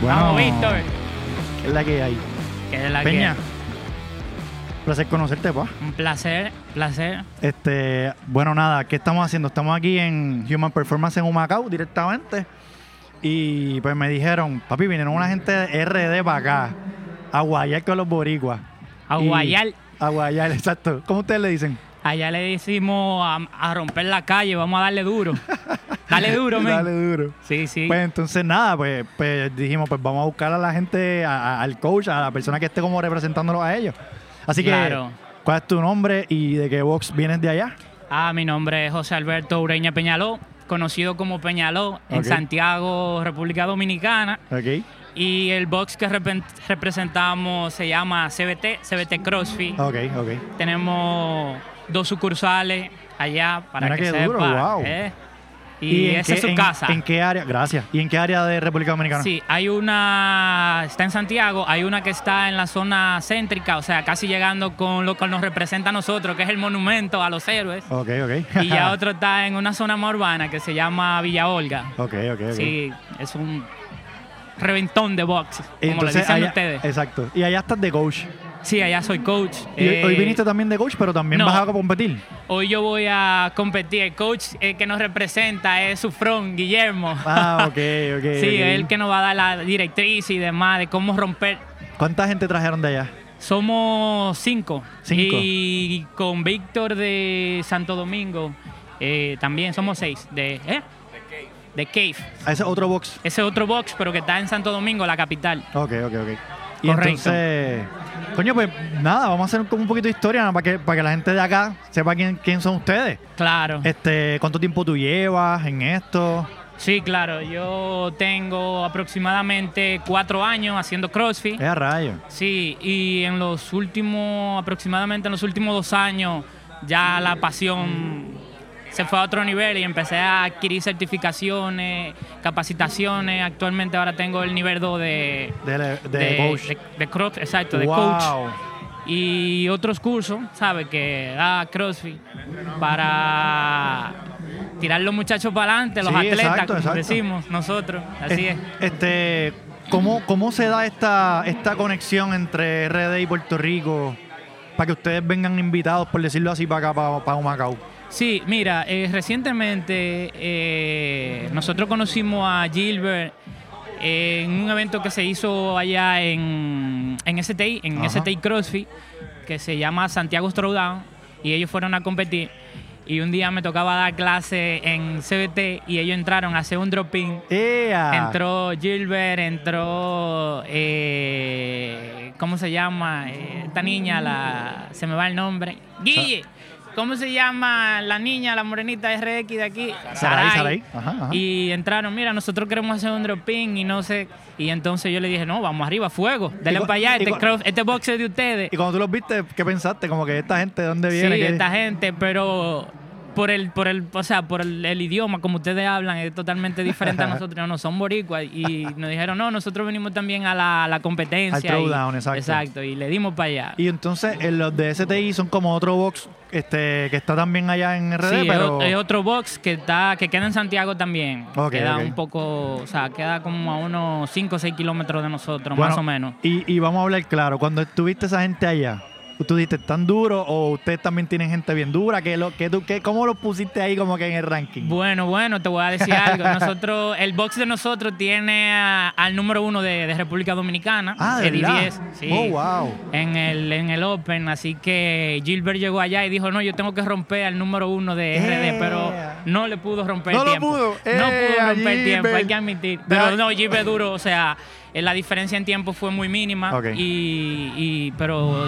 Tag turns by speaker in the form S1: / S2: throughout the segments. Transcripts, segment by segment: S1: Bueno,
S2: Vamos, Ah, Víctor.
S1: Es la que hay.
S2: Que es la que-
S1: Peña. Placer conocerte, pa.
S2: Un placer, placer.
S1: Este, bueno, nada, ¿qué estamos haciendo? Estamos aquí en Human Performance en Humacao directamente. Y pues me dijeron, papi, vinieron una gente de RD para acá. A guayar con los boricuas.
S2: A
S1: Y-
S2: guayar.
S1: A guayar, exacto. ¿Cómo ustedes le dicen?
S2: Allá le decimos a, a romper la calle, vamos a darle duro. Dale duro, men.
S1: Dale duro.
S2: Sí, sí.
S1: Pues entonces nada, pues, pues dijimos, pues vamos a buscar a la gente, a- a- al coach, a la persona que esté como representándolos a ellos. Así que,
S2: Claro.
S1: ¿cuál es tu nombre y de qué box vienes de allá?
S2: Ah, mi nombre es José Alberto Ureña Peñaló, conocido como Peñaló en
S1: Ok.
S2: Santiago, República Dominicana.
S1: Ok,
S2: Y el box que repen- representamos se llama CBT, CBT CrossFit.
S1: ok, ok.
S2: Tenemos dos sucursales allá para
S1: Mira
S2: que
S1: qué
S2: sepa.
S1: duro, wow.
S2: ¿eh? Y,
S1: en
S2: esa
S1: qué-
S2: es su
S1: en-
S2: casa.
S1: ¿En qué área? Gracias. ¿Y en qué área de República Dominicana?
S2: Sí, hay una, está en Santiago, hay una que está en la zona céntrica, o sea, casi llegando con lo que nos representa a nosotros, que es el monumento a los héroes.
S1: Ok, ok.
S2: Y ya otro está en una zona más urbana que se llama Villa Olga.
S1: Ok, ok, ok.
S2: Sí, es un reventón de box, como
S1: Entonces,
S2: le dicen
S1: allá-
S2: ustedes.
S1: Exacto. Y allá estás de coach.
S2: Sí, allá soy coach.
S1: Y hoy-
S2: Eh,
S1: hoy viniste también de coach, pero también
S2: no.
S1: vas a competir.
S2: hoy yo voy a competir. El coach eh, que nos representa es Sufrón, Guillermo.
S1: Ah, ok, ok.
S2: sí,
S1: ok.
S2: es el que nos va a dar la directriz y demás de cómo romper
S1: ¿Cuánta gente trajeron de allá?
S2: Somos cinco.
S1: Cinco.
S2: Y con Víctor de Santo Domingo eh, también somos seis. De, ¿eh? de Cave.
S1: A ese otro box.
S2: Ese otro box, pero que está en Santo Domingo, la capital.
S1: Ok, ok, ok. Y
S2: Correcto.
S1: entonces, coño, pues nada, vamos a hacer como un poquito de historia ¿no? para que, para que la gente de acá sepa quién, quién son ustedes.
S2: Claro.
S1: Este, ¿Cuánto tiempo tú llevas en esto?
S2: Sí, claro. Yo tengo aproximadamente cuatro años haciendo CrossFit.
S1: Es a rayo.
S2: Sí, y en los últimos, aproximadamente en los últimos dos años, ya la pasión se fue a otro nivel y empecé a adquirir certificaciones, capacitaciones. Actualmente ahora tengo el nivel 2 de,
S1: De, de coach.
S2: de- de cro- exacto, de
S1: wow.
S2: coach. Y otros cursos, ¿sabes? Que da CrossFit para tirar los muchachos para adelante, los
S1: Sí,
S2: atletas,
S1: exacto,
S2: como
S1: exacto.
S2: decimos nosotros. Así
S1: Es-
S2: es.
S1: Este, ¿cómo, ¿Cómo se da esta, esta conexión entre RD y Puerto Rico para que ustedes vengan invitados, por decirlo así, para acá, para, para Humacao?
S2: Sí, mira, eh, recientemente eh, nosotros conocimos a Gilbert eh, en un evento que se hizo allá en, en STI, en
S1: Ajá.
S2: STI CrossFit, que se llama Santiago Strowdown, y ellos fueron a competir. Y un día me tocaba dar clase en CBT y ellos entraron a hacer un drop-in.
S1: ¡Ea!
S2: Entró Gilbert, entró. eh, ¿Cómo se llama? Eh, esta niña, la, se me va el nombre. Guille. ¿Cómo se llama la niña, la morenita RX de aquí?
S1: Saray, Saray. Ajá, ajá.
S2: Y entraron, mira, nosotros queremos hacer un drop-in y no sé. Y entonces yo le dije, no, vamos arriba, fuego. Dale
S1: cu-
S2: para allá,
S1: y
S2: este,
S1: cu-
S2: cross- este box es de ustedes.
S1: Y cuando tú los viste, ¿qué pensaste? Como que esta gente, ¿de dónde
S2: Sí,
S1: viene? ¿Qué-
S2: esta gente, pero por el, por el, o sea, por el, el idioma como ustedes hablan es totalmente diferente a nosotros. No son boricuas y nos dijeron no, nosotros venimos también a la, a la competencia.
S1: Al throwdown,
S2: y-
S1: exacto.
S2: y le dimos para allá.
S1: Y entonces eh, los de STI son como otro box este, que está también allá en RD,
S2: Sí, es
S1: pero...
S2: o- es otro box que está, que queda en Santiago también.
S1: Ok,
S2: queda
S1: ok.
S2: un poco, o sea, queda como a unos 5 o 6 kilómetros de nosotros,
S1: Bueno,
S2: más o menos.
S1: Y, y vamos a hablar claro, cuando estuviste esa gente allá, ¿tú dijiste tan duro o ustedes también tienen gente bien dura? ¿Qué, lo, qué, tú, qué, ¿Cómo los pusiste ahí como que en el ranking?
S2: Bueno, bueno, te voy a decir algo. Nosotros, el box de nosotros tiene a- al número uno de, de República Dominicana,
S1: ah, de
S2: el
S1: verdad.
S2: I-10, sí.
S1: Oh, wow.
S2: en el, en el Open, así que Gilbert llegó allá y dijo, no, yo tengo que romper al número uno de
S1: Eh.
S2: RD, pero no le pudo romper
S1: No
S2: el
S1: lo
S2: tiempo.
S1: pudo.
S2: no
S1: Eh,
S2: pudo
S1: a
S2: romper el tiempo, hay
S1: Gilbert.
S2: que admitir.
S1: Deja-
S2: Pero no, Gilbert duro, o sea, eh, la diferencia en tiempo fue muy mínima.
S1: Ok.
S2: Y, y- pero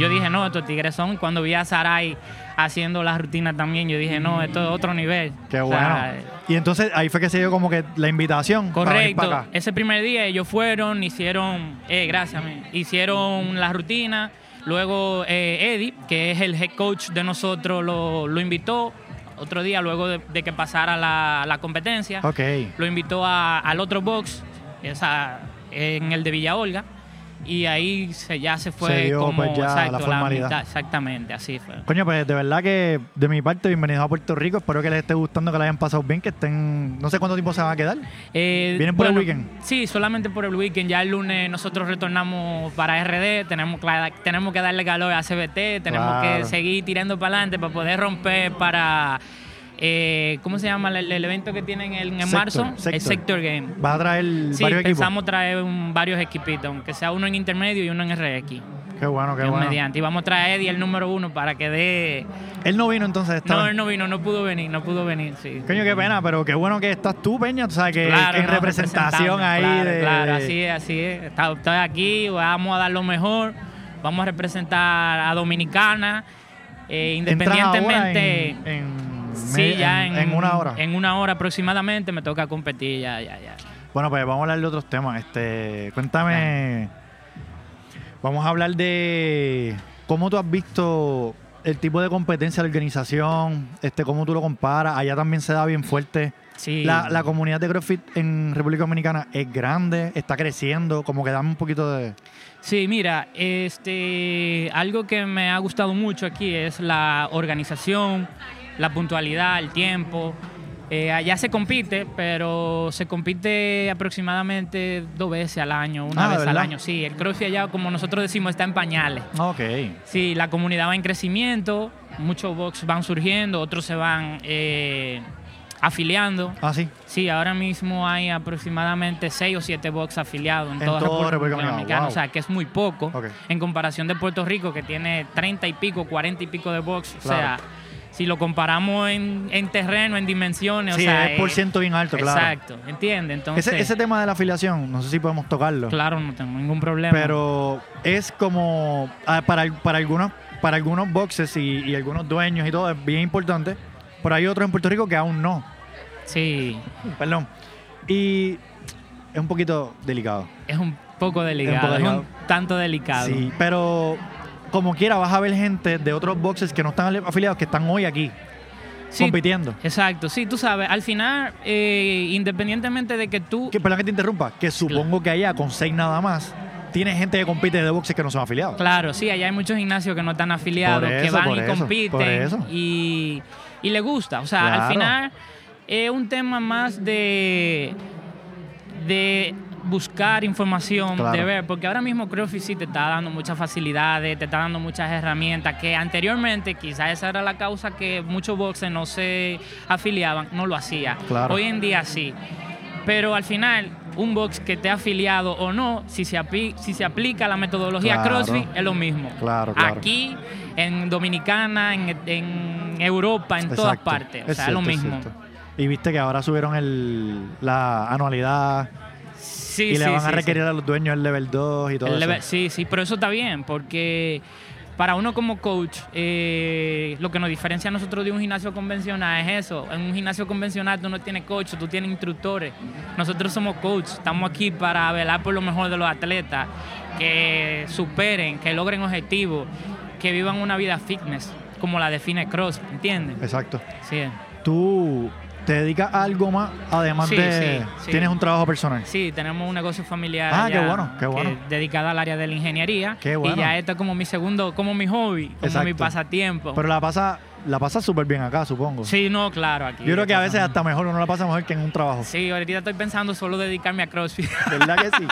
S2: yo dije, no, estos tigres son, cuando vi a Sarai haciendo la rutina también, yo dije, no, esto es otro nivel.
S1: Qué
S2: O
S1: bueno.
S2: sea,
S1: y entonces ahí fue que se dio como que la invitación para venir para
S2: Correcto.
S1: acá.
S2: Ese primer día ellos fueron, hicieron, eh, gracias, man. hicieron la rutina. Luego eh, Eddie, que es el head coach de nosotros, lo, lo invitó otro día luego de, de que pasara la, la competencia.
S1: Ok.
S2: Lo invitó a- al otro box, esa, en el de Villa Olga. y ahí se, ya se fue
S1: Se dio,
S2: como
S1: pues, ya la formalidad.
S2: mitad, exactamente, así fue.
S1: Coño, pues de verdad que de mi parte, bienvenidos a Puerto Rico. Espero que les esté gustando, que la hayan pasado bien, que estén. No sé cuánto tiempo se van a quedar.
S2: Eh,
S1: ¿Vienen por el weekend?
S2: Sí, solamente por el weekend. Ya el lunes nosotros retornamos para RD. Tenemos, cla- tenemos que darle calor a CBT. Tenemos
S1: Claro.
S2: que seguir tirando para adelante para poder romper para. eh, ¿Cómo se llama el, el evento que tienen en, en
S1: Sector,
S2: marzo?
S1: sector.
S2: El Sector Game.
S1: Vas a traer
S2: Sí,
S1: varios
S2: pensamos traer un- varios equipitos, aunque sea uno en intermedio y uno en RX.
S1: equipos. Qué bueno, qué
S2: Dios
S1: bueno.
S2: mediante. Y vamos a traer a Eddie, el número uno, para que dé.
S1: Él no vino entonces esta
S2: No,
S1: vez.
S2: él no vino, no pudo venir, no pudo venir, sí.
S1: Coño, qué pena, pero qué bueno que estás tú, Peña. O sea, que,
S2: Claro,
S1: que en
S2: no,
S1: representación
S2: representando,
S1: ahí
S2: Claro,
S1: de.
S2: claro,
S1: de-
S2: así es, así es. Está- Estoy aquí, vamos a dar lo mejor, vamos a representar a Dominicana, eh,
S1: Entras ahora
S2: independientemente.
S1: en, en-
S2: sí, ya en,
S1: en una hora.
S2: En una hora aproximadamente me toca competir, ya, ya, ya.
S1: Bueno, pues vamos a hablar de otros temas. Este, cuéntame. Vamos a hablar de cómo tú has visto el tipo de competencia de la organización, este, cómo tú lo comparas. Allá también se da bien fuerte.
S2: Sí.
S1: La, la comunidad de CrossFit en República Dominicana es grande, está creciendo, como que dame un poquito de...
S2: Sí, mira, este, algo que me ha gustado mucho aquí es la organización, la puntualidad, el tiempo. Eh, allá se compite, pero se compite aproximadamente dos veces al año, una
S1: Ah,
S2: vez al
S1: ¿verdad?
S2: año. Sí, el CrossFit allá, como nosotros decimos, está en pañales.
S1: Ok.
S2: Sí, la comunidad va en crecimiento, muchos box van surgiendo, otros se van eh, afiliando.
S1: Ah, sí.
S2: Sí, ahora mismo hay aproximadamente 6 o 7 box afiliados en,
S1: En
S2: toda
S1: toda
S2: República,
S1: República Dominicana,
S2: Dominicana. O
S1: wow.
S2: sea, que es muy poco
S1: Ok.
S2: en comparación de Puerto Rico, que tiene 30 y pico, 40 y pico de box. O sea,
S1: Claro.
S2: si lo comparamos en, en terreno, en dimensiones.
S1: sí,
S2: o sea,
S1: es por
S2: eh,
S1: ciento bien alto, claro.
S2: Exacto, ¿entiendes? Entonces,
S1: Ese, ese tema de la afiliación, no sé si podemos tocarlo.
S2: claro, no tengo ningún problema.
S1: pero es como ah, para, para algunos para algunos boxes y, y algunos dueños y todo es bien importante pero hay otros en Puerto Rico que aún no
S2: sí,
S1: perdón y es un poquito delicado
S2: es un poco delicado, es
S1: poco
S2: un,
S1: delicado.
S2: tanto delicado.
S1: sí pero como quiera vas a ver gente de otros boxes que no están afiliados que están hoy aquí
S2: Sí,
S1: compitiendo
S2: Exacto, sí, tú sabes, al final, eh, independientemente de que tú
S1: que perdón que te interrumpa que supongo que allá con seis nada más tiene gente que compite de boxes que no son afiliados
S2: Claro, sí, allá hay muchos gimnasios que no están afiliados,
S1: Por
S2: que
S1: eso,
S2: van
S1: por
S2: y
S1: eso, por eso.
S2: compiten y, y le gusta. O sea,
S1: Claro.
S2: al final es un tema más de, de buscar información, de
S1: Claro.
S2: ver, porque ahora mismo CrossFit sí te está dando muchas facilidades, te está dando muchas herramientas que anteriormente quizás esa era la causa que muchos boxes no se afiliaban, no lo hacía.
S1: Claro.
S2: Hoy en día sí. Pero al final, un box que esté afiliado o no, si se, api- si se aplica la metodología
S1: Claro.
S2: CrossFit, es lo mismo.
S1: Claro, claro.
S2: Aquí, en Dominicana, en, en Europa, en todas
S1: Exacto.
S2: partes. O sea,
S1: Es
S2: es, lo
S1: cierto, es
S2: mismo.
S1: cierto. y viste que ahora subieron el, la anualidad
S2: Sí,
S1: y le
S2: sí,
S1: van a
S2: sí,
S1: requerir a los dueños el level 2 y
S2: sí.
S1: todo
S2: El
S1: eso.
S2: level- sí, sí, pero eso está bien, porque para uno como coach, eh, lo que nos diferencia a nosotros de un gimnasio convencional es eso. En un gimnasio convencional tú no tienes coach, tú tienes instructores. Nosotros somos coach, estamos aquí para velar por lo mejor de los atletas, que superen, que logren objetivos, que vivan una vida fitness, como la define Cross, ¿entiendes?
S1: Exacto.
S2: Sí.
S1: Tú te dedicas a algo más, además
S2: Sí,
S1: de
S2: sí, sí.
S1: tienes un trabajo personal.
S2: Sí, tenemos un negocio familiar.
S1: Ah,
S2: allá
S1: qué bueno, qué bueno.
S2: que- dedicado al área de la ingeniería.
S1: Qué bueno.
S2: Y ya esto es como mi segundo, como mi hobby, como
S1: Exacto.
S2: mi pasatiempo.
S1: Pero la pasa la pasa súper bien acá, supongo.
S2: sí, no, claro, aquí.
S1: Yo creo que a veces
S2: Ajá.
S1: hasta mejor uno la pasa mejor que en un trabajo.
S2: Sí, ahorita estoy pensando solo dedicarme a CrossFit.
S1: ¿Verdad que sí?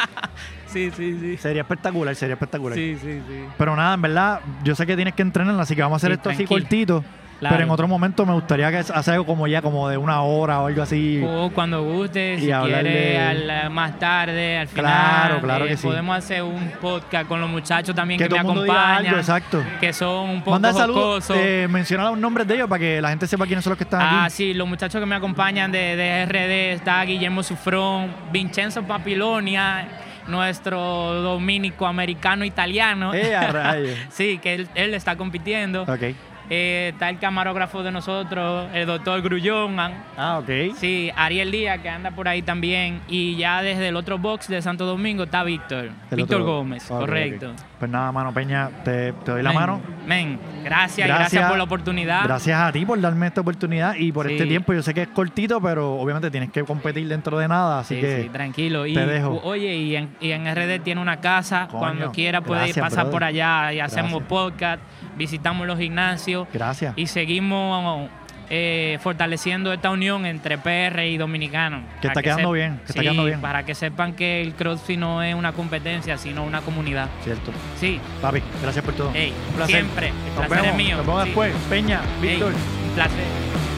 S2: sí, sí, sí.
S1: Sería espectacular, sería espectacular.
S2: Sí, sí, sí.
S1: Pero nada, en verdad, yo sé que tienes que entrenarla, así que vamos a hacer
S2: Sí,
S1: esto así
S2: tranquilo.
S1: cortito.
S2: Claro.
S1: Pero en otro momento me gustaría que hacer algo como ya, como de una hora o algo así.
S2: O cuando guste,
S1: Y
S2: si
S1: hablarle-
S2: quiere, al- más tarde, al final. eh,
S1: Claro, claro que sí.
S2: Podemos hacer un podcast con los muchachos también que,
S1: todo
S2: me
S1: el mundo diga
S2: acompañan.
S1: algo, exacto.
S2: Que son un poco
S1: Manda saludos,
S2: jocosos.
S1: eh, menciona los nombres de ellos para que la gente sepa quiénes son los que están
S2: Ah,
S1: aquí.
S2: sí, los muchachos que me acompañan de, de RD, está Guillermo Sufrón, Vincenzo Papilonia, nuestro dominico americano italiano.
S1: Eh, a rayos.
S2: sí, que él, él está compitiendo.
S1: Ok.
S2: eh, está el camarógrafo de nosotros, el doctor Grullón, an-
S1: Ah, ok.
S2: sí, Ariel Díaz, que anda por ahí también, y ya desde el otro box de Santo Domingo está Víctor,
S1: El
S2: Víctor
S1: otro-
S2: Gómez,
S1: Ah, ok,
S2: correcto.
S1: ok. Pues nada, mano Peña, te, te doy la
S2: Men,
S1: mano.
S2: Men, gracias, gracias, por la oportunidad.
S1: Gracias a ti por darme esta oportunidad y por
S2: Sí.
S1: este tiempo. Yo sé que es cortito, pero obviamente tienes que competir dentro de nada, así
S2: Sí,
S1: que
S2: sí, tranquilo. Y,
S1: te dejo.
S2: Oye, y en, y en RD tiene una casa.
S1: Coño,
S2: Cuando quiera puedes
S1: gracias,
S2: pasar
S1: brother.
S2: por allá y hacemos
S1: Gracias.
S2: podcast, visitamos los gimnasios
S1: gracias.
S2: y seguimos eh, fortaleciendo esta unión entre PR y dominicano.
S1: Que está
S2: Para
S1: quedando
S2: sep-
S1: bien, que está
S2: Sí,
S1: quedando bien.
S2: Para que sepan que el CrossFit no es una competencia, sino una comunidad.
S1: Cierto.
S2: Sí,
S1: Papi, gracias por todo.
S2: ey,
S1: Un placer.
S2: siempre. El
S1: Nos
S2: placer
S1: vemos.
S2: es mío.
S1: Nos vemos
S2: sí.
S1: después. Peña,
S2: Ey,
S1: Víctor.
S2: un placer.